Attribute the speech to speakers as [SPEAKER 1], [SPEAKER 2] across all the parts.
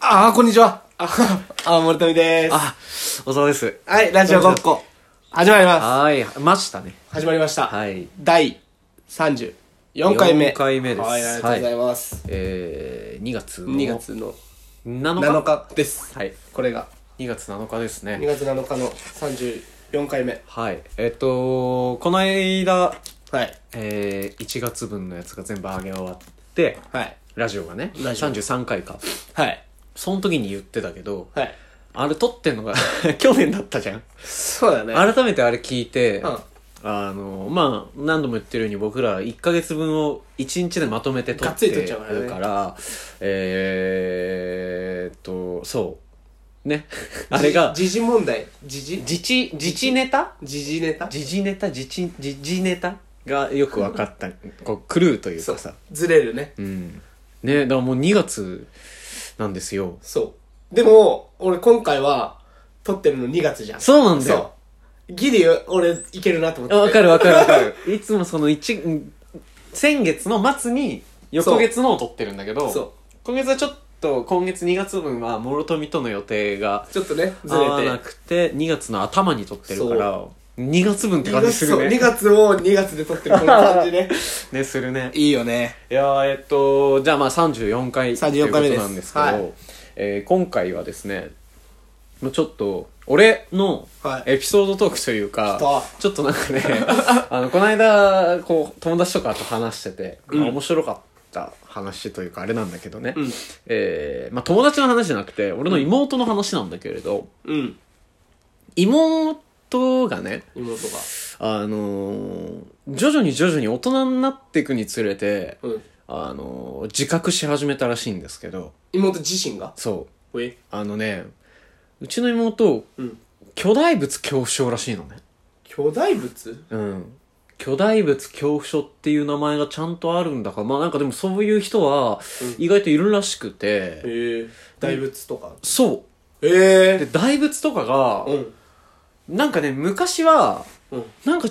[SPEAKER 1] ああ、こんにちは。あ、あ森富です。
[SPEAKER 2] あ、おさまです。
[SPEAKER 1] はい、ラジオごっこ。始まります。
[SPEAKER 2] はーい、ましたね。
[SPEAKER 1] 始まりました。
[SPEAKER 2] はい。
[SPEAKER 1] 第34回目。
[SPEAKER 2] 四回目です
[SPEAKER 1] はい、ありがとうございます。
[SPEAKER 2] えー、2月の
[SPEAKER 1] 2月の
[SPEAKER 2] 7日。
[SPEAKER 1] 7日です。
[SPEAKER 2] はい。
[SPEAKER 1] これが、
[SPEAKER 2] 2月7日です
[SPEAKER 1] 2
[SPEAKER 2] ね。
[SPEAKER 1] 月7日の34回目。
[SPEAKER 2] はい。えっと、この間、
[SPEAKER 1] はい。
[SPEAKER 2] えー、1月分のやつが全部上げ終わって、
[SPEAKER 1] はい。
[SPEAKER 2] ラジオがね、
[SPEAKER 1] ラジオ
[SPEAKER 2] 33回か。
[SPEAKER 1] はい。
[SPEAKER 2] その時に言ってたけど、
[SPEAKER 1] はい。
[SPEAKER 2] あれ撮ってんのが 去年だったじゃん。
[SPEAKER 1] そうだね。
[SPEAKER 2] 改めてあれ聞いて、
[SPEAKER 1] うん
[SPEAKER 2] あの、まあ、何度も言ってるように僕ら1ヶ月分を1日でまとめて撮
[SPEAKER 1] がっ
[SPEAKER 2] っ
[SPEAKER 1] つ
[SPEAKER 2] て
[SPEAKER 1] り撮っちゃうからね
[SPEAKER 2] るから、えーっと、そう。ね。 あれが、
[SPEAKER 1] 時事問題。時事
[SPEAKER 2] 自治、自治ネタ
[SPEAKER 1] 時事ネタ
[SPEAKER 2] 自治ネタ自治、自治ネタがよく分かった。こう、クルーという
[SPEAKER 1] そう
[SPEAKER 2] かさ。。
[SPEAKER 1] ずれるね。
[SPEAKER 2] うん。ね、だからもう2月なんですよ。
[SPEAKER 1] そう。でも、俺今回は、撮ってるの2月じゃん。
[SPEAKER 2] そうなんだよ。
[SPEAKER 1] そう。ギリ、俺、いけるなと思って。
[SPEAKER 2] わかるわかるわかる。 いつもその一、うん先月の末に
[SPEAKER 1] そ
[SPEAKER 2] 横
[SPEAKER 1] う
[SPEAKER 2] 月のを撮ってるんだけど、
[SPEAKER 1] そう
[SPEAKER 2] 今月はちょっと、今月2月分は諸富との予定が
[SPEAKER 1] ちょっとね、ず
[SPEAKER 2] 合わ
[SPEAKER 1] れ
[SPEAKER 2] な
[SPEAKER 1] て。
[SPEAKER 2] くて、2月の頭に撮ってるから、2月分って
[SPEAKER 1] 2
[SPEAKER 2] 感じ
[SPEAKER 1] 月
[SPEAKER 2] する
[SPEAKER 1] 2
[SPEAKER 2] ね。
[SPEAKER 1] 月を2月で撮ってるこの感じね。
[SPEAKER 2] ね、するね。
[SPEAKER 1] いいよね。
[SPEAKER 2] いやー、えっと、じゃあまあ34回という
[SPEAKER 1] 34
[SPEAKER 2] こ
[SPEAKER 1] 回目
[SPEAKER 2] と
[SPEAKER 1] です
[SPEAKER 2] なんですけど、
[SPEAKER 1] はい
[SPEAKER 2] えー今回はですね、もうちょっと、俺の
[SPEAKER 1] はい
[SPEAKER 2] エピソードトークというか、
[SPEAKER 1] 来た
[SPEAKER 2] ちょっとなんかね、 あの、この間、こう、友達とかと話してて、まあ面白かった話というか、あれなんだけどね、
[SPEAKER 1] うん
[SPEAKER 2] えーまあ友達の話じゃなくて、俺の妹の話なんだけれど、
[SPEAKER 1] うん。
[SPEAKER 2] 妹がね、
[SPEAKER 1] 妹が。
[SPEAKER 2] あのー徐々に徐々に大人になっていくにつれて、
[SPEAKER 1] うん。
[SPEAKER 2] あの、自覚し始めたらしいんですけど、
[SPEAKER 1] 妹自身が
[SPEAKER 2] そう。
[SPEAKER 1] え
[SPEAKER 2] あのね、うちの妹、
[SPEAKER 1] うん。
[SPEAKER 2] 巨大物恐怖症らしいのね。
[SPEAKER 1] 巨大物
[SPEAKER 2] うん。巨大物恐怖症っていう名前がちゃんとあるんだから、まあなんかでもそういう人は意外といるらしくて、
[SPEAKER 1] ええ。大仏とか。
[SPEAKER 2] そ
[SPEAKER 1] え
[SPEAKER 2] う。で、
[SPEAKER 1] え。
[SPEAKER 2] 大仏とかが、
[SPEAKER 1] うん。
[SPEAKER 2] なんかね、昔は、
[SPEAKER 1] うん。
[SPEAKER 2] なんか、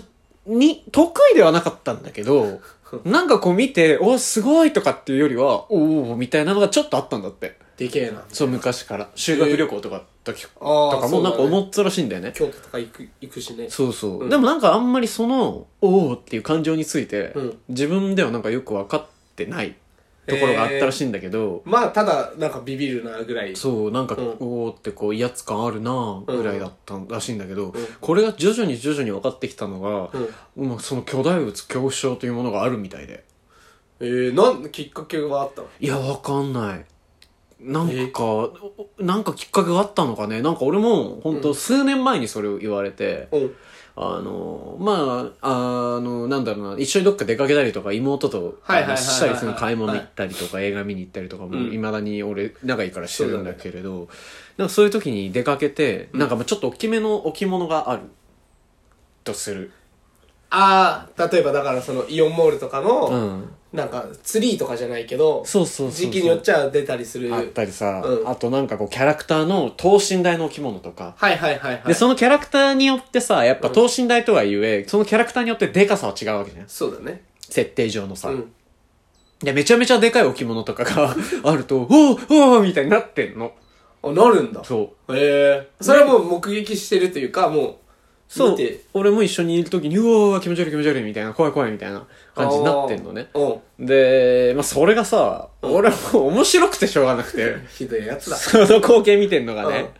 [SPEAKER 2] に、得意ではなかったんだけど、なんかこう見て、おすごいとかっていうよりは、おおみたいなのがちょっとあったんだって。
[SPEAKER 1] でけえな。
[SPEAKER 2] そう、昔から。修学旅行とか、時と
[SPEAKER 1] あー
[SPEAKER 2] かもなんか
[SPEAKER 1] そうだね
[SPEAKER 2] 思ってたらしいんだよね。
[SPEAKER 1] 京都とか行く、行くしね。
[SPEAKER 2] そうそう、
[SPEAKER 1] うん
[SPEAKER 2] でもなんかあんまりその、おおっていう感情について、
[SPEAKER 1] うん
[SPEAKER 2] 自分ではなんかよく分かってないところがあったらしいんだけど、
[SPEAKER 1] まあ、ただ、なんかビビるなぐらい。
[SPEAKER 2] そう、なんか、
[SPEAKER 1] うん
[SPEAKER 2] おおってこう威圧感あるなぁぐらいだったらしいんだけど、
[SPEAKER 1] ん
[SPEAKER 2] これが徐々に徐々に分かってきたのが、
[SPEAKER 1] うん。
[SPEAKER 2] まあその巨大物恐怖症というものがあるみたいで。
[SPEAKER 1] ええ、なん、きっかけがあったの
[SPEAKER 2] いや、わかんない。なんか、
[SPEAKER 1] え
[SPEAKER 2] おなんかきっかけがあったのかね。なんか俺も、本当数年前にそれを言われて、
[SPEAKER 1] うん。
[SPEAKER 2] あの、まあ、あの、なんだろうな、一緒にどっか出かけたりとか、妹と、
[SPEAKER 1] はいは
[SPEAKER 2] あ
[SPEAKER 1] いはいはい
[SPEAKER 2] のしたりする買い物行ったりとか、映画見に行ったりとか
[SPEAKER 1] う
[SPEAKER 2] も、
[SPEAKER 1] ん
[SPEAKER 2] いまだに俺、仲いいからしてるんだけれど、なんかそういう時に出かけて、なんかまあちょっと大きめの置物がある、とする。
[SPEAKER 1] ああ、例えばだからそのイオンモールとかの、
[SPEAKER 2] うん。
[SPEAKER 1] なんかツリーとかじゃないけど、
[SPEAKER 2] そうそうそうそう
[SPEAKER 1] 時期によっちゃ出たりする。
[SPEAKER 2] あ
[SPEAKER 1] は
[SPEAKER 2] っ
[SPEAKER 1] い
[SPEAKER 2] たりさ、
[SPEAKER 1] うん
[SPEAKER 2] あとなんかこう、キャラクターの等身大の置物とか、
[SPEAKER 1] はいはいはい。
[SPEAKER 2] で、そのキャラクターによってさ、やっぱ等身大とはいえ、そのキャラクターによってデカさは違うわけじゃん。
[SPEAKER 1] そうだね。
[SPEAKER 2] 設定上のさ。
[SPEAKER 1] うん。
[SPEAKER 2] で、めちゃめちゃでかい置物とかが あると、おーおーみたいになってんの。
[SPEAKER 1] あ、なるんだ。
[SPEAKER 2] そう。
[SPEAKER 1] へえ。それはもう目撃してるというか、もう、
[SPEAKER 2] そ
[SPEAKER 1] 見
[SPEAKER 2] う
[SPEAKER 1] て。
[SPEAKER 2] 俺も一緒にいる時に、うわー気持ち悪い気持ち悪いみたいな、怖い怖いみたいな感じになってんのね。
[SPEAKER 1] あーうん。
[SPEAKER 2] で、まあ、それがさ、俺もう面白くてしょうがなくて。
[SPEAKER 1] ひどいやつだ。
[SPEAKER 2] その光景見てんのがね。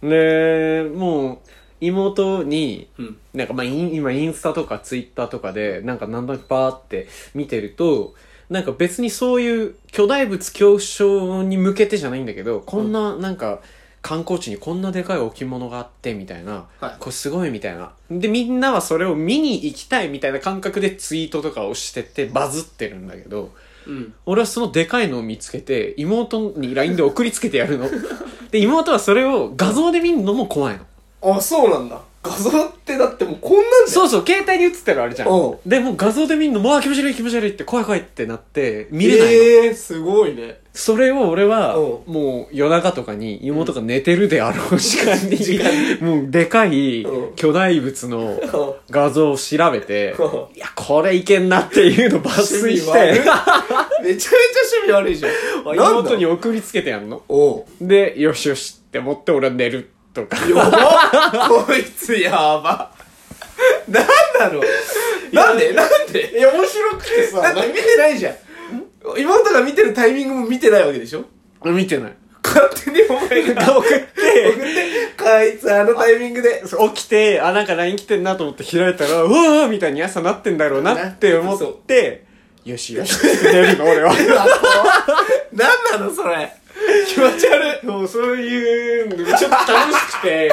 [SPEAKER 2] で、もう、妹に、
[SPEAKER 1] うん
[SPEAKER 2] なんかまあ、イン今インスタとかツイッターとかで、なんかなんだかバーって見てると、なんか別にそういう巨大物恐怖症に向けてじゃないんだけど、こんななんか観光地にこんなでかい置物があってみたいな、
[SPEAKER 1] はい
[SPEAKER 2] これすごいみたいな。で、みんなはそれを見に行きたいみたいな感覚でツイートとかをしててバズってるんだけど、
[SPEAKER 1] うん。
[SPEAKER 2] 俺はそのでかいのを見つけて、妹に LINE で送りつけてや るの。で、妹はそれを画像で見るのも怖いの。
[SPEAKER 1] あ、そうなんだ。画像ってだってもうこんなんじゃん。
[SPEAKER 2] そうそう、携帯に映ってるあれじゃん
[SPEAKER 1] うん。
[SPEAKER 2] で、もう画像で見るのも、あー気持ち悪い気持ち悪いって怖い怖いってなって、見れないの。
[SPEAKER 1] ええ、すごいね。
[SPEAKER 2] それを俺は、
[SPEAKER 1] う
[SPEAKER 2] もう夜中とかに妹が寝てるであろう時間 に、
[SPEAKER 1] 時間
[SPEAKER 2] もうでかい
[SPEAKER 1] うん
[SPEAKER 2] 巨大物の
[SPEAKER 1] うん
[SPEAKER 2] 画像を調べて
[SPEAKER 1] う、
[SPEAKER 2] いや、これいけんなっていうの抜粋し
[SPEAKER 1] 趣
[SPEAKER 2] て、
[SPEAKER 1] めちゃめちゃ趣味悪いじゃ ん。なんだ
[SPEAKER 2] 妹に送りつけてやんの
[SPEAKER 1] おう。
[SPEAKER 2] でよしよしって思って俺は寝るとか
[SPEAKER 1] やばこいつやば。なんなのなんでなんで
[SPEAKER 2] いや面白くて
[SPEAKER 1] だって見てないじゃん。妹が見てるタイミングも見てないわけでしょ
[SPEAKER 2] 見てない
[SPEAKER 1] 勝手にお前が 送って、送って、こいつあのタイミングで。
[SPEAKER 2] 起きてあなんか LINE 来てんなと思って開いたらうわーみたいに朝なってんだろうなって思ってよしよしって寝るの俺は
[SPEAKER 1] なんなのそれ。気持ち悪い。
[SPEAKER 2] もうそういうのちょっと楽しくて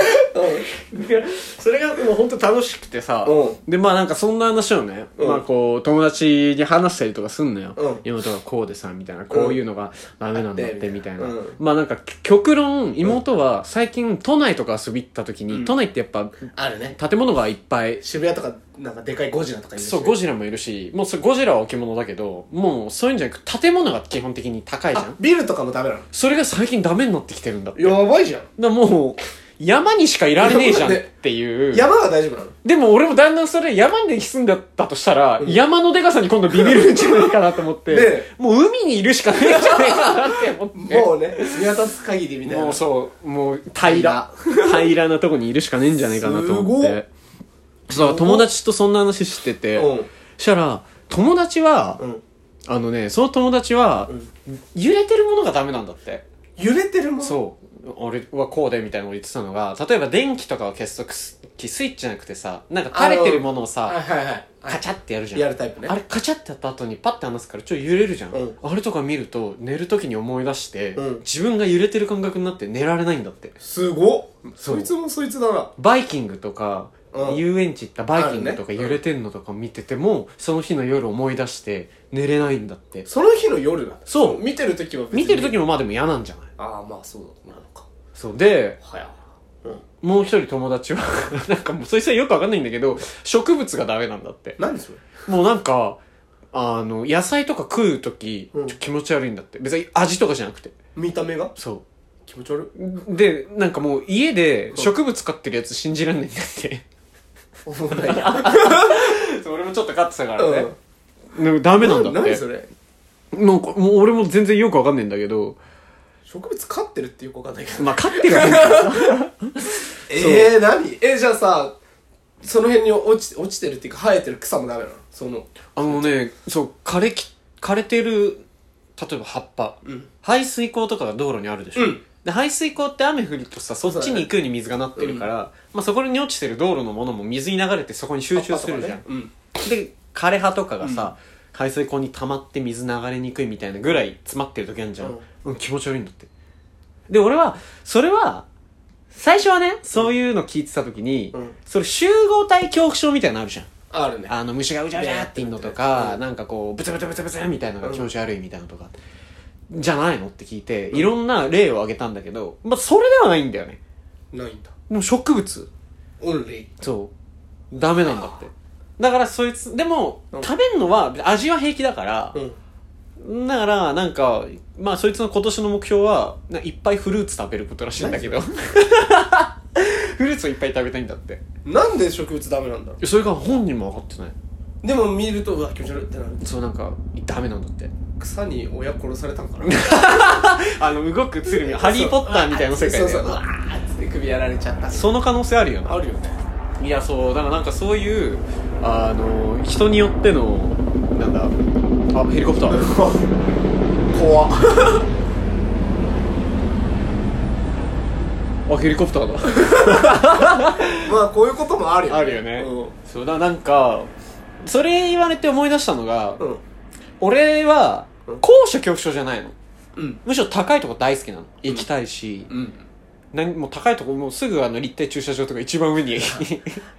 [SPEAKER 2] それがもう本当楽しくてさ、
[SPEAKER 1] う
[SPEAKER 2] でまあなんかそんな話をね、
[SPEAKER 1] うん
[SPEAKER 2] まあこう友達に話したりとかすんのよ、
[SPEAKER 1] うん
[SPEAKER 2] 妹がこうでさみたいなこういうのがダメなんだっ
[SPEAKER 1] あって
[SPEAKER 2] てみたいな、
[SPEAKER 1] うん
[SPEAKER 2] まあなんか極論妹は最近都内とか遊び行った時に、都内ってやっぱ
[SPEAKER 1] あるね。
[SPEAKER 2] 建物がいっぱい
[SPEAKER 1] 渋谷とか、なんかでかいゴジラとかいるし
[SPEAKER 2] そう、ゴジラもいるし、もうそれゴジラは置物だけど、もうそういうんじゃなく、建物が基本的に高いじゃ
[SPEAKER 1] あ
[SPEAKER 2] ん、。
[SPEAKER 1] ビルとかもダメなの
[SPEAKER 2] それが最近ダメになってきてるんだって。だか
[SPEAKER 1] やばいじゃん。
[SPEAKER 2] らもう、山にしかいられねえじゃんっていう。
[SPEAKER 1] 山は大丈夫なの
[SPEAKER 2] でも俺もだんだんそれ山に住んだったとしたら、山のデカさに今度ビビるんじゃないかなと思 って、
[SPEAKER 1] ね
[SPEAKER 2] もう海にいるしかないんじゃないかなって思 って。
[SPEAKER 1] もうね、見渡す限りみたいな。
[SPEAKER 2] もうそう、もう平ら。平らなとこにいるしかねえんじゃないかなと思っ。
[SPEAKER 1] すごって
[SPEAKER 2] そう、友達とそんな話してて、
[SPEAKER 1] うん
[SPEAKER 2] したら、友達は、
[SPEAKER 1] うん
[SPEAKER 2] あのね、その友達は、揺れてるものがダメなんだって。
[SPEAKER 1] 揺れてるもん。
[SPEAKER 2] そう。俺はこうでみたいなのを言ってたのが、例えば電気とかを消すとくすスイッチじゃなくてさ、なんか垂れてるものを
[SPEAKER 1] はい
[SPEAKER 2] さ、
[SPEAKER 1] はいはい。
[SPEAKER 2] カチャってやるじゃん。
[SPEAKER 1] やるタイプね
[SPEAKER 2] あれカチャってやった後にパッて離すからちょい揺れるじゃん。
[SPEAKER 1] うん
[SPEAKER 2] あれとか見ると、寝る時に思い出して、
[SPEAKER 1] うん
[SPEAKER 2] 自分が揺れてる感覚になって寝られないんだって。
[SPEAKER 1] すごっ
[SPEAKER 2] そう
[SPEAKER 1] そいつもそいつだな。
[SPEAKER 2] バイキングとか、
[SPEAKER 1] うん
[SPEAKER 2] 遊園地行ったバイキングとか
[SPEAKER 1] あるね
[SPEAKER 2] 揺れてんのとか見てても、その日の夜思い出して寝れないんだって。
[SPEAKER 1] その日の夜なんだ
[SPEAKER 2] そう
[SPEAKER 1] 見てる時は別に。
[SPEAKER 2] 見てる時もまあでも嫌なんじゃない
[SPEAKER 1] ああ、まあそうなのか。
[SPEAKER 2] そう。で、
[SPEAKER 1] はや。うん。
[SPEAKER 2] もう一人友達は、 なんかもうそいつはよくわかんないんだけど、植物がダメなんだって。
[SPEAKER 1] 何それ
[SPEAKER 2] もうなんか、あの、野菜とか食う時
[SPEAKER 1] うん
[SPEAKER 2] 気持ち悪いんだって。別に味とかじゃなくて。
[SPEAKER 1] 見た目が
[SPEAKER 2] そ
[SPEAKER 1] 気持ち 悪い。
[SPEAKER 2] う。で、なんかもう家で植物飼ってるやつ信じらんないんだって。
[SPEAKER 1] おもろいな。
[SPEAKER 2] そう俺もちょっと飼ってたか
[SPEAKER 1] うん。
[SPEAKER 2] ね。ダメなんだっ
[SPEAKER 1] な
[SPEAKER 2] て。
[SPEAKER 1] 何それ
[SPEAKER 2] もうこ、もう俺も全然よくわかんないんだけど、
[SPEAKER 1] 植物飼ってるってよくわかんないけど。
[SPEAKER 2] まあ、飼ってるわけだから
[SPEAKER 1] ええ、何え、じゃあさ、その辺に落ち、落ちてるっていうか生えてる草もダメなのその。
[SPEAKER 2] あのね、そう、枯れき、枯れてる、例えば葉っぱ、
[SPEAKER 1] うん
[SPEAKER 2] 排水溝とかが道路にあるでしょ。
[SPEAKER 1] うん
[SPEAKER 2] で、排水溝って雨降るとさ、そっちに行くように水がなってるから、まあそこに落ちてる道路のものも水に流れてそこに集中するじゃ
[SPEAKER 1] 葉っ
[SPEAKER 2] ん。
[SPEAKER 1] ぱとかね
[SPEAKER 2] で、枯れ葉とかがさ、排水溝に溜まって水流れにくいみたいなぐらい詰まってる時あるじゃん。
[SPEAKER 1] うん
[SPEAKER 2] うん、気持ち悪いんだって。で、俺は、それは、最初はね、そういうの聞いてた時に、
[SPEAKER 1] うん
[SPEAKER 2] それ集合体恐怖症みたいなのあるじゃん。
[SPEAKER 1] うん。あるね。
[SPEAKER 2] あの虫がうじゃうじゃっていんのとか、
[SPEAKER 1] うん
[SPEAKER 2] なんかこうブツブツブツブツみたいなのが気持ち悪いみたいなのとか、じゃないのって聞いて、いろんな例を挙げたんだけど、まあ、それではないんだよね
[SPEAKER 1] ないんだ。
[SPEAKER 2] もう植物
[SPEAKER 1] オンリ
[SPEAKER 2] そうダメなんだってだからそいつでも、
[SPEAKER 1] うん
[SPEAKER 2] 食べんのは味は平気だから
[SPEAKER 1] ー。、うん。
[SPEAKER 2] だからなんかまあそいつの今年の目標はないっぱいフルーツ食べることらしいんだけど フルーツをいっぱい食べたいんだって
[SPEAKER 1] なんで植物ダメなんだろ
[SPEAKER 2] それが本人も分かってないう
[SPEAKER 1] でも見るとうわ気持ち悪いってなる
[SPEAKER 2] そうなんかダメなんだって
[SPEAKER 1] 草に親殺されたの かな
[SPEAKER 2] あの、動く鶴見、ハリー・ポッターみたいな世界
[SPEAKER 1] そう
[SPEAKER 2] で。
[SPEAKER 1] そううわーっつって首やられちゃった
[SPEAKER 2] その可能性あるよ
[SPEAKER 1] あ
[SPEAKER 2] な。
[SPEAKER 1] るよね
[SPEAKER 2] いや、そう、だからなんかそういう、あの、人によっての、なんだ、あ、ヘリコプター。
[SPEAKER 1] 怖っ
[SPEAKER 2] あ、ヘリコプターだ。
[SPEAKER 1] まあこういうこともあるよ
[SPEAKER 2] あるよね。
[SPEAKER 1] う
[SPEAKER 2] そうだ、なんか、それ言われて思い出したのが、
[SPEAKER 1] んうん
[SPEAKER 2] 俺は
[SPEAKER 1] うん、
[SPEAKER 2] 高所恐怖症じゃないの。
[SPEAKER 1] うん
[SPEAKER 2] むしろ高いとこ大好きなの。行きたいし、
[SPEAKER 1] うん
[SPEAKER 2] 何もう高いとこ、もうすぐあの立体駐車場とか一番上に。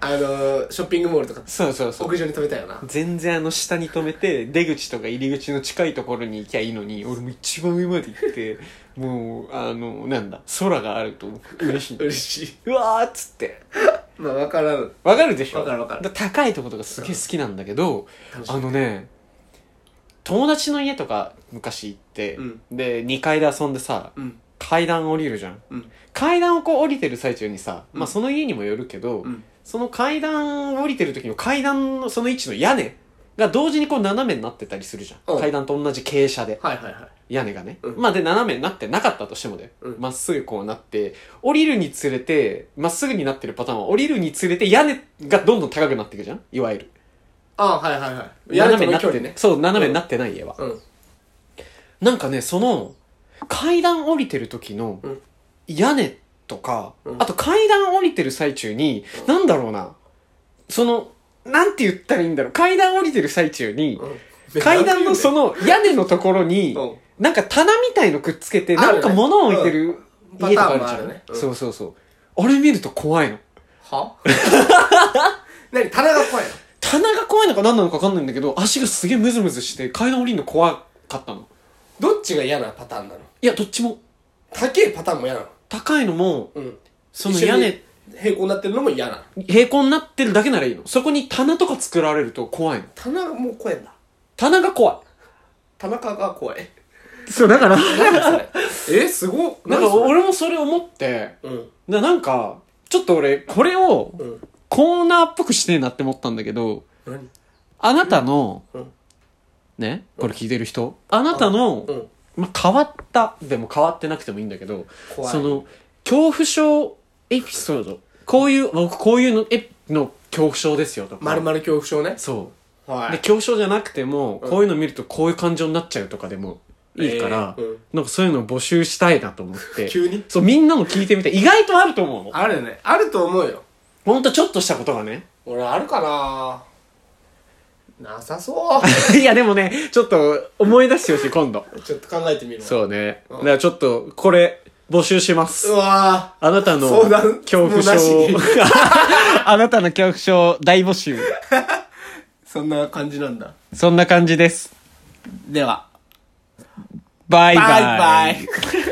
[SPEAKER 1] あのー、ショッピングモールとか
[SPEAKER 2] そうそうそう。
[SPEAKER 1] 屋上に止めたよな
[SPEAKER 2] 全然あの下に止めて出口とか入り口の近いところに行きゃいいのに俺も一番上まで行ってもうあのなんだ空があると嬉しい
[SPEAKER 1] 嬉しいう
[SPEAKER 2] わーっつって
[SPEAKER 1] まあ分からん
[SPEAKER 2] わかるでしょ
[SPEAKER 1] わかるわかる
[SPEAKER 2] だら高いとことかすげえ好きなんだけど
[SPEAKER 1] 楽しい
[SPEAKER 2] あのね友達の家とか昔行って、
[SPEAKER 1] うん
[SPEAKER 2] で2階で遊んでさ
[SPEAKER 1] うん
[SPEAKER 2] 階段降りるじゃん
[SPEAKER 1] うん
[SPEAKER 2] 階段をこう降りてる最中にさ、
[SPEAKER 1] うん
[SPEAKER 2] まあその家にもよるけど、
[SPEAKER 1] うん
[SPEAKER 2] その階段を降りてる時の階段のその位置の屋根が同時にこう斜めになってたりするじゃん。
[SPEAKER 1] うん
[SPEAKER 2] 階段と同じ傾斜で。
[SPEAKER 1] はいはいはい。
[SPEAKER 2] 屋根がね。
[SPEAKER 1] うん
[SPEAKER 2] まあで、斜めになってなかったとしてもだよ
[SPEAKER 1] うん。
[SPEAKER 2] ま、っすぐこうなって、降りるにつれて、まっすぐになってるパターンは、降りるにつれて屋根がどんどん高くなっていくじゃんいわゆる。
[SPEAKER 1] ああ、はいはいはい。
[SPEAKER 2] 斜めになっ
[SPEAKER 1] 屋根との距
[SPEAKER 2] て
[SPEAKER 1] 離ね。
[SPEAKER 2] そう、斜めになってない家は。
[SPEAKER 1] うん。
[SPEAKER 2] なんかね、その、階段降りてる時の
[SPEAKER 1] うん、
[SPEAKER 2] 屋根とか、
[SPEAKER 1] うん
[SPEAKER 2] あと階段降りてる最中に、なんだろうな、その、なんて言ったらいいんだろう、階段降りてる最中に、
[SPEAKER 1] うん
[SPEAKER 2] 階段のそ、の屋根のところに
[SPEAKER 1] うん、
[SPEAKER 2] なんか棚みたいのくっつけて、
[SPEAKER 1] あるね
[SPEAKER 2] なんか物を置いてる
[SPEAKER 1] うん
[SPEAKER 2] 家とかあるじ
[SPEAKER 1] パターンもあ
[SPEAKER 2] ゃ
[SPEAKER 1] る
[SPEAKER 2] ん
[SPEAKER 1] ね。うん
[SPEAKER 2] そうそうそう。あれ見ると怖いの。
[SPEAKER 1] は 何棚が怖いの
[SPEAKER 2] 棚が怖いのか何なのか分かんないんだけど、足がすげえムズムズして階段降りるの怖かったの。
[SPEAKER 1] どっちが嫌なパターンなの
[SPEAKER 2] いや、どっちも。
[SPEAKER 1] 高いパターンも嫌なの
[SPEAKER 2] 高いのも、
[SPEAKER 1] うん。
[SPEAKER 2] その屋根
[SPEAKER 1] 一緒に平行になってるのも嫌なの。
[SPEAKER 2] 平行になってるだけならいいの。そこに棚とか作られると怖いの。
[SPEAKER 1] 棚がもう怖いんだ。
[SPEAKER 2] 棚が怖
[SPEAKER 1] 田中が怖い。
[SPEAKER 2] い。そう、だ から。
[SPEAKER 1] 何だそれ。え、すごっ。
[SPEAKER 2] なん
[SPEAKER 1] 何
[SPEAKER 2] か
[SPEAKER 1] それ
[SPEAKER 2] 俺もそれ思って、
[SPEAKER 1] うん。
[SPEAKER 2] ななんか、ちょっと俺、これを
[SPEAKER 1] うん。
[SPEAKER 2] コーナーっぽくしてえなって思ったんだけど、
[SPEAKER 1] 何
[SPEAKER 2] あなたの
[SPEAKER 1] うん、
[SPEAKER 2] ね、これ聞いてる人、あなたの
[SPEAKER 1] う、ん。
[SPEAKER 2] まあ、変わった、でも変わってなくてもいいんだけど、
[SPEAKER 1] 怖い。
[SPEAKER 2] そ、の、恐怖症エピソード。こういう、僕こういうの、え、の恐怖症ですよとか。
[SPEAKER 1] まるまる恐怖症ね。
[SPEAKER 2] そう。
[SPEAKER 1] は
[SPEAKER 2] で、
[SPEAKER 1] い。
[SPEAKER 2] 恐怖症じゃなくても、こういうの見るとこういう感情になっちゃうとかでもいいから、
[SPEAKER 1] えーうん
[SPEAKER 2] なんかそういうのを募集したいなと思って。
[SPEAKER 1] 急に
[SPEAKER 2] そう、みんなの聞いてみて、意外とあると思うの。
[SPEAKER 1] あるね。あると思うよ。
[SPEAKER 2] ほんとちょっとしたことがね。
[SPEAKER 1] 俺あるかななさそう。
[SPEAKER 2] いや、でもね、ちょっと思い出してほしい、今度。
[SPEAKER 1] ちょっと考えてみるわ。う。
[SPEAKER 2] そうね。だからちょっと、これ、募集します。
[SPEAKER 1] わ
[SPEAKER 2] あなたの
[SPEAKER 1] 相談
[SPEAKER 2] 恐怖症
[SPEAKER 1] もうな。
[SPEAKER 2] あなたの恐怖症大募集。
[SPEAKER 1] ーそんな感じなんだ。
[SPEAKER 2] そんな感じです。
[SPEAKER 1] では。
[SPEAKER 2] バイバイ。
[SPEAKER 1] バイバイ。